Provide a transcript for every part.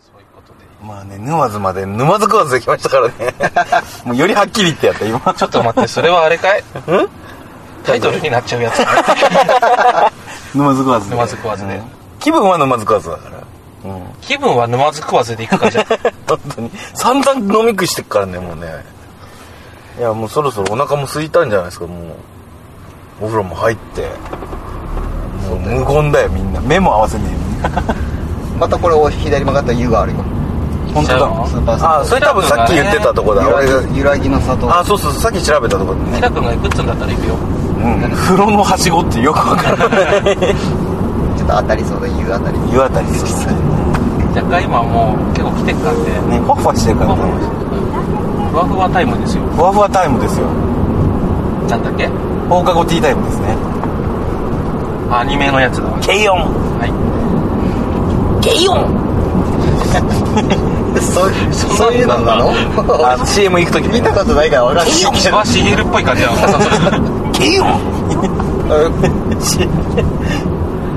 そういうことでまあね、沼津まで沼津食わずで来ました からね。もうよりはっきり言ってやった、今。ちょっと待ってそれはあれか いタイトルになっちゃうやつかい沼津食わずで。沼津食わずでうん気分は沼津食わずだから。うん。気分は沼津食わずでいくかじゃあ 本当に。散々飲み食いしてっからね、もうね。いや、もうそろそろお腹も空いたんじゃないですか、もう。お風呂も入って。もう無言だよ、みんな。目も合わせねえよみんな。またこれを左曲がったら湯があるよ本当だ行っちスゃうーパースタあ、それ多分さっき言ってたとこだ。俺が。ー揺らぎの里あ、そうそう、さっき調べたとこだヒね。ラ君が行くっつうんだったら行くようん。風呂のはしごってよくわかる。 ちょっと当たりそうだ湯あたり湯あたり好きさ。若干今もう結構来てっからね、ねふわふわしてるからね。ふわふわタイムですよふわふわタイムですよ。なんだっけ放課後ティータイムですね。アニメのやつだわ軽音はい軽音そうそういうのなの あ、CM 行くとき見たことないから俺は知シはシゲルっぽい感じだな軽音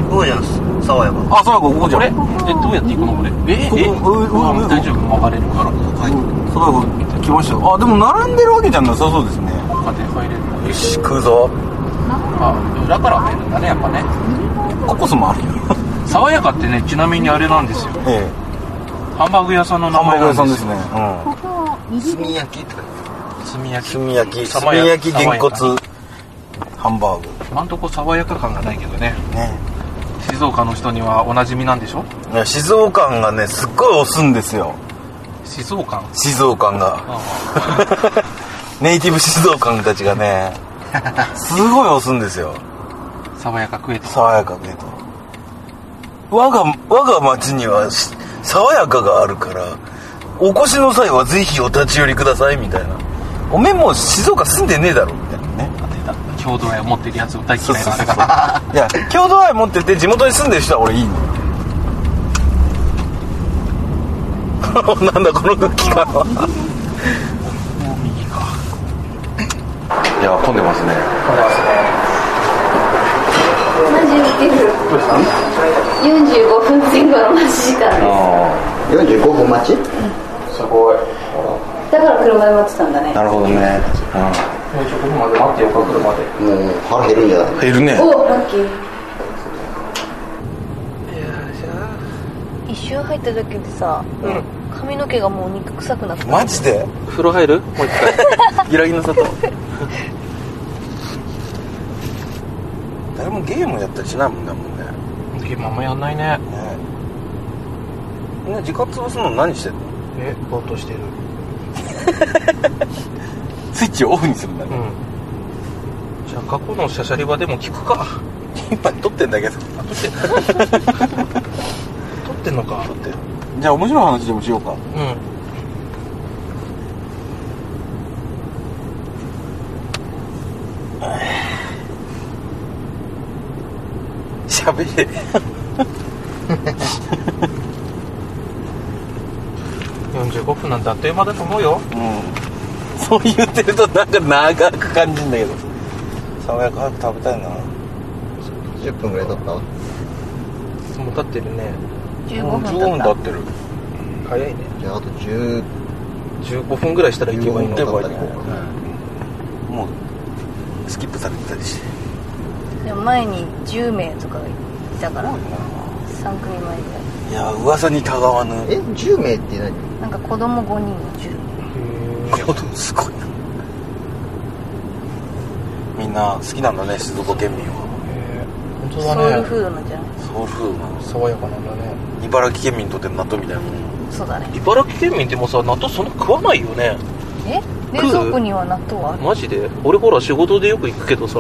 どうやん爽やかあ、そう だ、ここじゃん。俺えどうやって行くの俺えここえうううあ大丈夫曲がれるからそうだ、ここ来ましたよ。あ、でも並んでるわけじゃなさそうですね。待って入れるのよし、食うぞ。あ裏から入るんだねやっぱねココスもあるよ。爽やかってねちなみにあれなんですよええ。ハンバーグ屋さんの名ハンバー前グな屋んさんでですすよね。うん。炭焼きとか炭焼き炭焼き、爽炭や焼きげんこつ爽やハンバーグ。今んとこ爽やか感がないけどねね。静岡の人にはおなじみなんでしょいや、静岡がね、すっごい押すんですよ。静岡静岡が。ネイティブ静岡たちが ね、すごい押すんですよ。爽やか食えと爽やかねと我が我が町にはし爽やかがあるからお越しの際はぜひお立ち寄りくださいみたいなおめえもう静岡住んでねえだろみたいなね郷土愛を持ってるやつを大そう嫌いそうなあそれうそうがいや郷土愛持ってて地元に住んでる人は俺いいのなんだこの空気感は右かいや混んでますね79分45分 前後の待ち時間で45分待ちすごいすだから車で待ってたんだねなるほどね、もうちょっとまで待ってよか車でもう腹減るんじゃないうん、減るねおラッキー一瞬入っただけでさ、髪の毛がもう肉臭くなったマジで風呂入るもう一回揺らぎの里 誰もゲームやったりしないもんねもんねゲームあんまやんないねねみんな時間潰すの何してんのえぼーっとしてるスイッチをオフにするんだうね、んじゃあ過去のシャシャリ場でも聞くか一杯取ってんだけどあ撮ってんの撮ってんのか取ってよじゃあ面白い話でもしようかうんしゃべれ45分なんてあっという間だと思うようんそう言ってるとなんか長く感じるんだけど爽やか早く食べたいな10分ぐらい経ったもう経ってるね15分15分だ経っってる早いねじゃああと10 15分ぐらいしたら行けばいいの15分行けばいいのもうスキップされてたりしてたでも前に10名とかがいたから3組前ぐらいや噂にたがわぬえ10名って何いなんか子供5人の10へことすごいなみんな好きなんだね静岡県民はえ本当ソウだルねフードなんじゃないソウルフードなの爽やかなんだね茨城県民にとっての納豆みたいなもんそうだね茨城県民でもさ納豆そんな食わないよねえ冷蔵庫には納豆はあるマジで俺ほら仕事でよく行くけどさ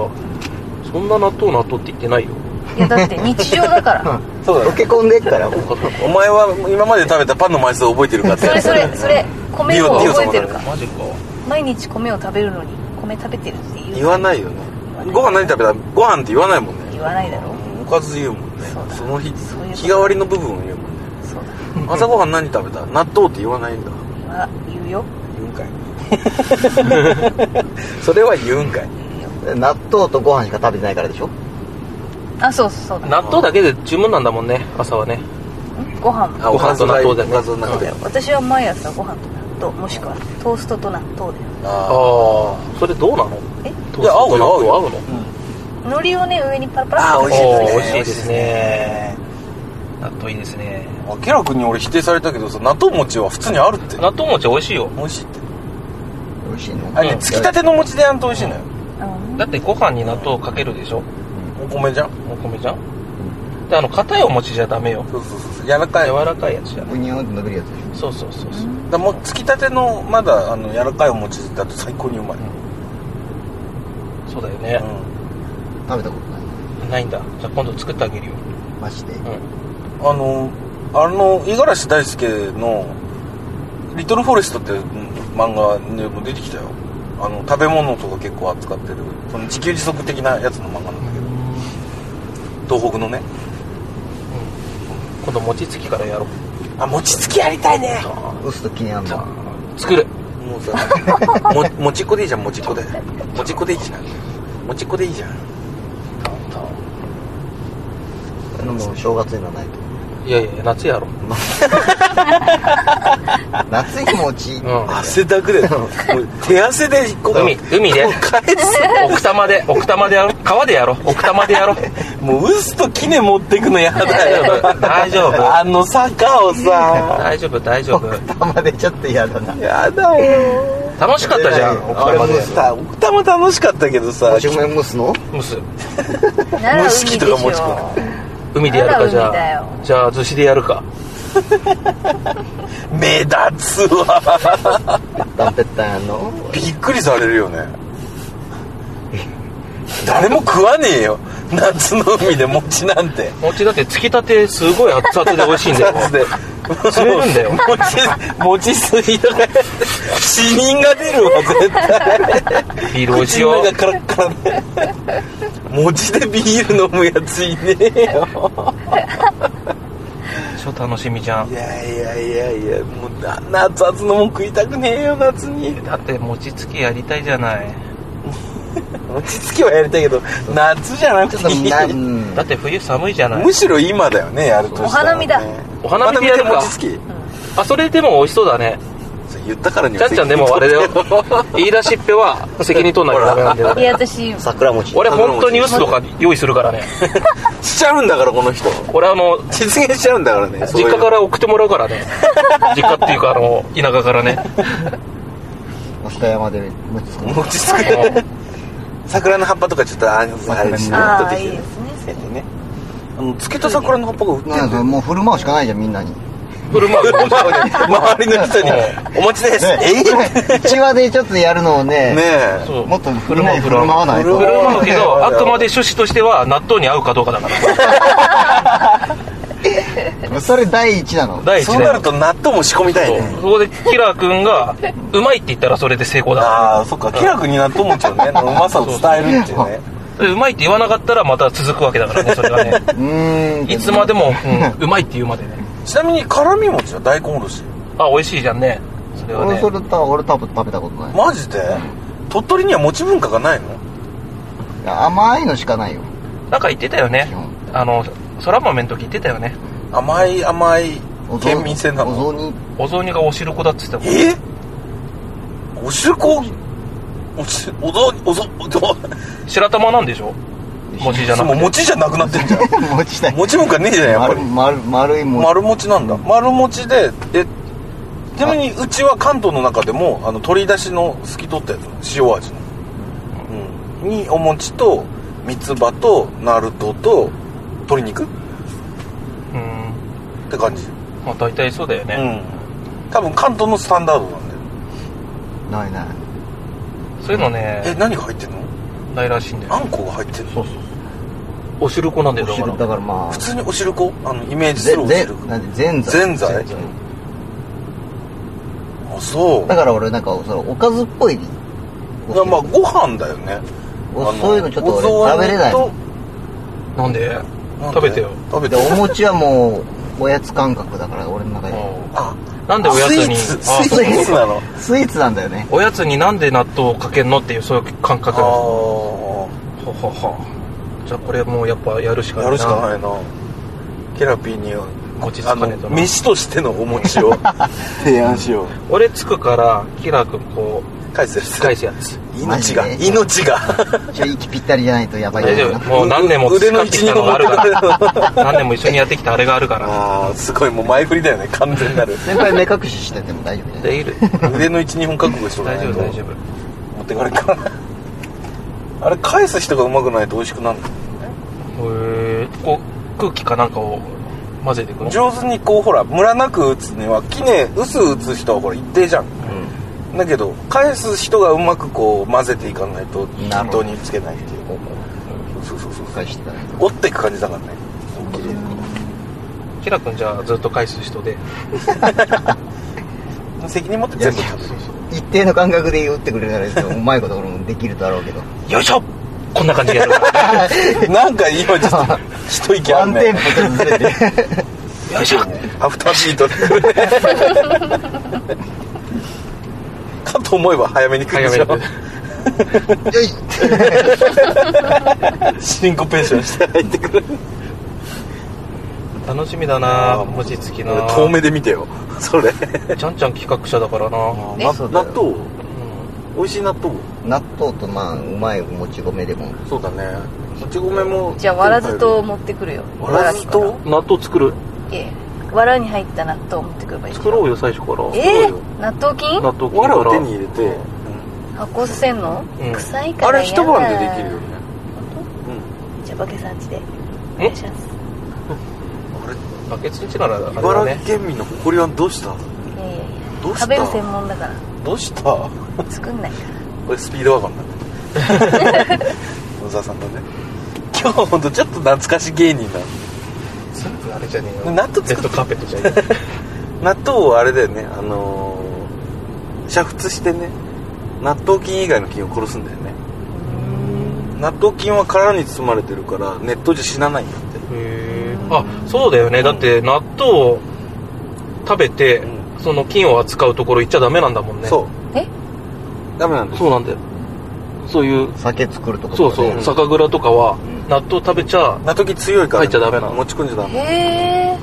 そんな納豆納豆って言ってないよいやだって日常だからそうだ溶け込んでっからもうお前は今まで食べたパンの枚数を覚えてるかってそれそれそれ米を覚えてるディオディオ様だかねマジか毎日米を食べるのに米食べてるって言う言わないよねご飯何食べたご飯って言わないもんね言わないだろおかず言うもんねそうだその日そういうこと日替わりの部分を言うもんねそうだ朝ごはん何食べた納豆って言わないんだ言わ言うよ言うんかいそれは言うんかい納豆とご飯しか食べてないからでしょあそうそうそう納だ豆だけで十分なんだもんね朝はねご飯あご飯と納豆だよねおかずの中で。私は毎朝ご飯と納豆もしくはトーストと納豆だよあああそれどうなのえトーストといや合うよ合うよ合うの海苔をね上にパラパラあー、っ美て味しいかですねおー美味しいですけて。ね。納豆いいですね。あケラ君に俺否定されたけどさ納豆餅は普通にあるって納豆餅美味しいよ美味しいって美味しいのあれねつきたての餅でやんと美味しいのようんだってご飯に納豆かけるでしょお米じゃんお米じゃんであの硬いお餅じゃダメよそうそうそうそう柔らかい柔だからかいやつじゃブニョンって伸びるやつでしそうそうそうそうらもうつきたてのまだあの柔らかいお餅だと最高にうまい、そうだよねう、んょ食べたことない。ないんだじゃあ今度作ってあげるよマジで。あの、あの、五十嵐大輔の、リトルフォレストってうん漫画にも出てきたよ。あの、食べ物とか結構扱ってる、その自給自足的なやつの漫画なんだけど、東北のね。今度餅つきからやろうあ、餅つきやりたいね。薄と気にあんの。作るもうさ、も、もちっこでいいじゃん、もちっこで。もちっこでいいじゃん。もちっこでいいじゃん。それもう正月にはないと。いやいやいや夏やろう夏に餅。 うん汗だくで、もう手汗でこう、海海で返す。奥多摩で奥多摩でやろう川でやろう奥多摩でやろうもう、うすときね持ってくのやだよ。大丈夫あの坂をさ、大丈夫大丈夫玉でちょっと嫌だな。やだよ。楽しかったじゃん奥多あれ摩もでさ、奥多摩楽しかったけどさ、もち米蒸すのムスなら蒸海でし器とか持ちし込ょ海でやるかじあら海だゃよあじゃあ寿司でやるか目立つわ。ダンペッタンやんのびっくりされるよね。誰も食わねえよ。夏の海で餅なんて。餅だってつきたてすごい熱々で美味しいん だよ夏で。釣れるんだよ餅、餅すいとかやって死人が出るわ、絶対。ビール美味しいよ口の中カラッカラで。餅でビール飲むやついねえよ。超楽しみじゃんいやいやいやいや、もうあんな熱々のもん食いたくねえよ、夏に。だって餅つきやりたいじゃない落ち着きはやりたいけど夏じゃなちょくっとていいな、うん。だって冬寒いじゃないむしろ今だよねやるとしたら、ね、おお花花見だ見でやるかお花見で餅つあそれでも美味しそうだねきそう言ったからにちゃんちゃんでもあれだ よ言い出しっぺは責任取んなきゃダメなんだよいや私桜餅。俺本当に薄とか用意するからねしちゃうんだからこの人俺あの実現しちゃうんだからねそう実いう家から送ってもらうからね実家っていうかあの田舎からね下山で餅つくの。餅つく桜の葉っぱとかちょっとあのあれしなあっあといできいでてすねねあのつけた桜の葉っぱが売ってんだなんよかもう振る舞うしかないじゃん、みんなに。振る舞うよ周りの人に 「お餅です」ねえいね一話でちょっとやるのをね、えそうもっと振る舞う振る舞わない振と。る舞うけどあくまで趣旨としては納豆に合うかどうかだからそれ第一なの。第そ一うだなよると納豆も仕込みたいそうねそこでキラー君がうまいって言ったらそれで成功だああそっか気楽に納豆餅 をねうまさを伝えるっていうねでうまいって言わなかったらまた続くわけだからねそれが ねうーん。いつまでも、うんうまいって言うまでねちなみに辛み餅は大根おろしあ美味しいじゃんねそれは俺ねそれと俺多分食べたことないマジで鳥取には餅文化がないのいや甘いのしかないよなんか言ってたよね基本あのそら豆の時言ってたよね甘い甘いお雑県民性なおの雑煮 お雑煮がお汁粉だっつってたもんえおしるこおしおぞおぞおぞ白玉なんでしょ餅じゃなもくうて餅じゃなくなってんじゃん餅だよ餅文化ねえじゃんやっぱ丸り丸丸い餅丸餅なんだ丸餅でえちなみにうちは関東の中でもあの鶏だしの透き通ったやつ塩味の、うん、にお餅と三つ葉とナルトと鶏肉っうんて感じまあ大体そうだよね、うん多分関東のスタンダードなんだよないないそういうのえね何が入ってんのないらしいんだよあんこが入ってんのそうそうそうお汁粉なんだよだか汁らだからまあ普通にお汁粉あのイメージすぜるおぜ汁粉なんでぜんざいぜんざいあそうだから俺なんかそのおかずっぽいいやまあご飯だよねおあのそういうのちょっと俺お雑煮食べれないとなんでなんで食べてよ食べでてお餅はもうおやつ感覚だから俺の中であああなんでおやつにスイーツあスイーツなのスイーツなんだよねおやつになんで納豆をかけんのっていうそういう感あ覚はははじゃあこれもうやっぱやるしかあなやるいなしかないなケラピーにごちつあかねのとな飯としてのお餅 を提案しよう。俺つくからキラ君こ返せるう返すや つ命がマジで命がちょ、息ぴったりじゃないとやばい大丈な夫もう何年も腕培のって一きにたのもがある持っかてくれらない何年も一緒にやってきたあれがあるからあーすごいもう前振りだよね完全なる先輩目隠ししてても大丈夫じゃないでいる腕の一二本覚悟しとか大ない丈と夫大丈夫持ってかれっからあれ返す人がうまくないと美味しくなるへえこう空気かなんかを混ぜていくの上手にこうほらムラなく打つにはきね薄打つ人はほら一定じゃん、だけど返す人がうまくこう混ぜていかないとなる均ほ等どにつけないっていうそうそうそう返していかないと。折っていく感じだからねキラ君じゃあずっと返す人で責任持って全部食べる一定の感覚で打ってくれたらですようまいこと俺もできるだろうけど。よいしょこんな感じ でやるからなんか今ちょっと一息あワるンテンねポちょっとずれて。よいしょハフタービートで かと思えば早めに来るでし早ょめによいシンコペーションして入ってくる楽しみだな餅つきな遠目で見てよそれちゃんちゃん企画者だからな、うんなそうだよ納豆美味しい納豆納豆とまあ、うまいもち米でも。そうだねもち米もじゃあわらずと持ってくるよわらずわと納豆作るらええわらに入った納豆を持ってくればいい作ろうよ最初からええ作ろうよ納豆菌納豆わらを手入に入れて発酵させんの、うん臭いかあられやだ一晩でできるよねじゃあバケさんちでお願いしますバケツンチならあれだ茨ね城県民の誇りはどうしたいやいやいやどうした食べる専門だからどうしたこ作んないかられスピードワゴンだね野沢さんだね今日ほんとちょっと懐かし芸人だ全部あれじゃねえよよレッドカーペットじゃねえ納豆をあれだよねあのー、煮沸してね納豆菌以外の菌を殺すんだよね納豆菌は殻に包まれてるからネットじゃ死なないんだってへえあそうだよねだって納豆を食べて、うその菌を扱うところ行っちゃダメなんだもんねそうえダメなんだよそうなんだよそういう酒作るとかそうとかそう、ねん酒蔵とかは納豆食べちゃ納豆菌強いから入っちゃダメなの持ち込んじゃダメへえ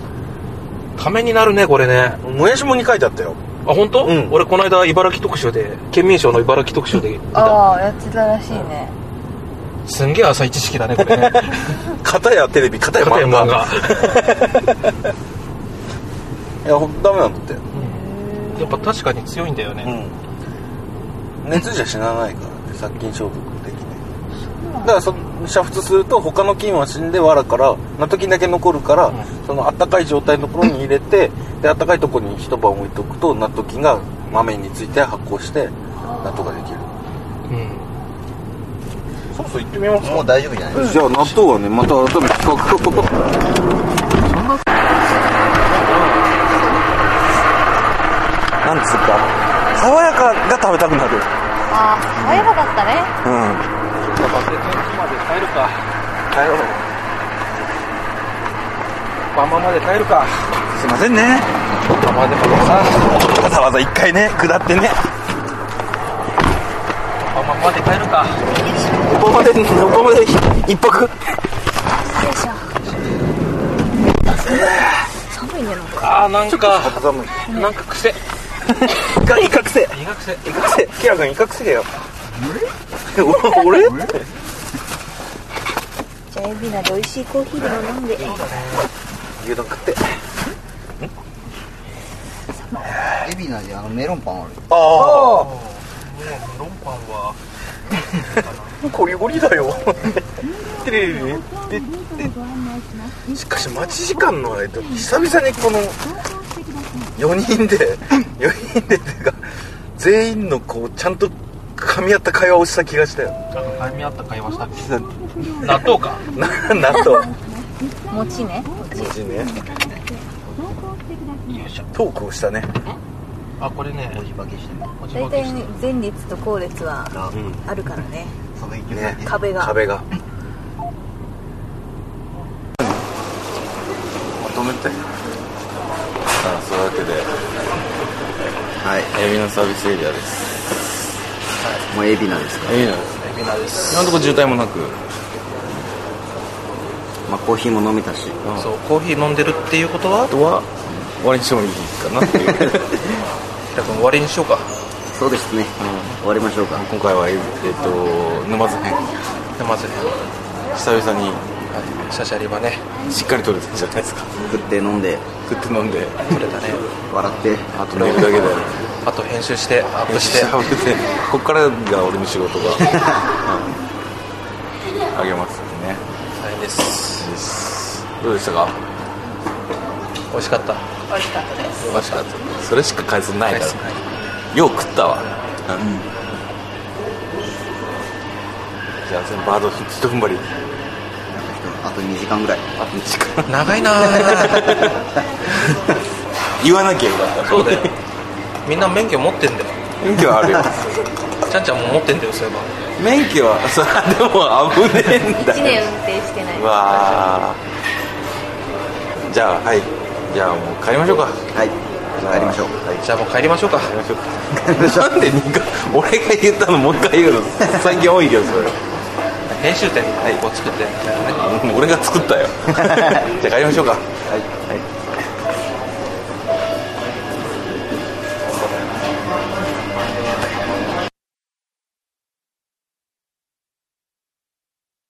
ためになるねこれねあもやしもに書いてあったよ本当、うん俺この間茨城特集で県民賞の茨城特集で見たああやってたらしいねすんげえ浅い知識だねこ れね片やテレビ片や片や漫漫画画いやほんとダメなんだってやっぱ確かに強いんだよね、うん熱じゃ死なないからね殺菌消毒できないだからそ煮沸すると他の菌は死んで藁から納豆菌だけ残るから、んその温かい状態のところに入れてで温かいところに一晩置いとくと納豆菌が豆について発酵して納豆ができるうんそろそろ行ってみますもう大丈夫じゃないじゃあ納豆はねまた改めて企画なんつうか爽やかが食べたくなるああ爽やかだったねうんまで帰るか帰ろうバマまで帰るかすいませんねバマでもさわざわざ一回ね下ってねバマまで帰るかここまでここまで一泊よいしょ寒いねなんかあーなんか肌寒いなんか癖が威嚇せ苦癖威嚇せキラ君威嚇せよお俺じゃあエビナで美味しいコーヒーでも飲んで牛丼食ってエビナであのメロンパンある。ああロンパンはゴリゴリだよ てれれれててしかし待ち時間の間久々にこの4人 で4人でっていうか全員のこうちゃんと噛み合った会話をした気がしたよなんかタイミ合った会話したっ け納豆かななんと餅ね餅いいねよいしょトークをしたねあこれね文字化けしてる。文字大化け体して前列と後列はあるからねその勢いね壁が壁がまとめさてあそういうわけではい。エビのサービスエリアですもうエビナですかエビのです今のところ渋滞もなくまあコーヒーも飲めたし、そうコーヒー飲んでるっていうことはあとは終わりにしてもいいかなっていう 平君終わりにしようかそうですね、終わりましょうか今回はえっ、えっと沼津編でまずね、久々にはい、シャシャリはねしっかり撮れたじゃないですか食って飲んで食って飲んで撮れたね笑ってあと寝るだけであと編集してアップして喋ってこっからが俺の仕事が、うんあげますんでね大変ですですどうでしたか美味しかった美味しかったそれしか感想ないかはらよう食ったわ、うんじゃあ全部あと一踏ん張りあと2時間ぐらいあと時 間い長いな ー言わなきゃよかったそうだよみんな免許持ってんだよ免許はあるよ ちゃんちゃんも持ってんだよそういえ免許はさでも危ねえんだ1年運転してないうわあじゃあはいじゃあもう帰りましょうかはい帰りましょうばじゃあもう帰りましょうか帰りましょうかなんで二回俺が言ったのもう一回言うの最近多いけどそ れ編集点を作って、俺が作ったよじゃあ帰りましょうかはい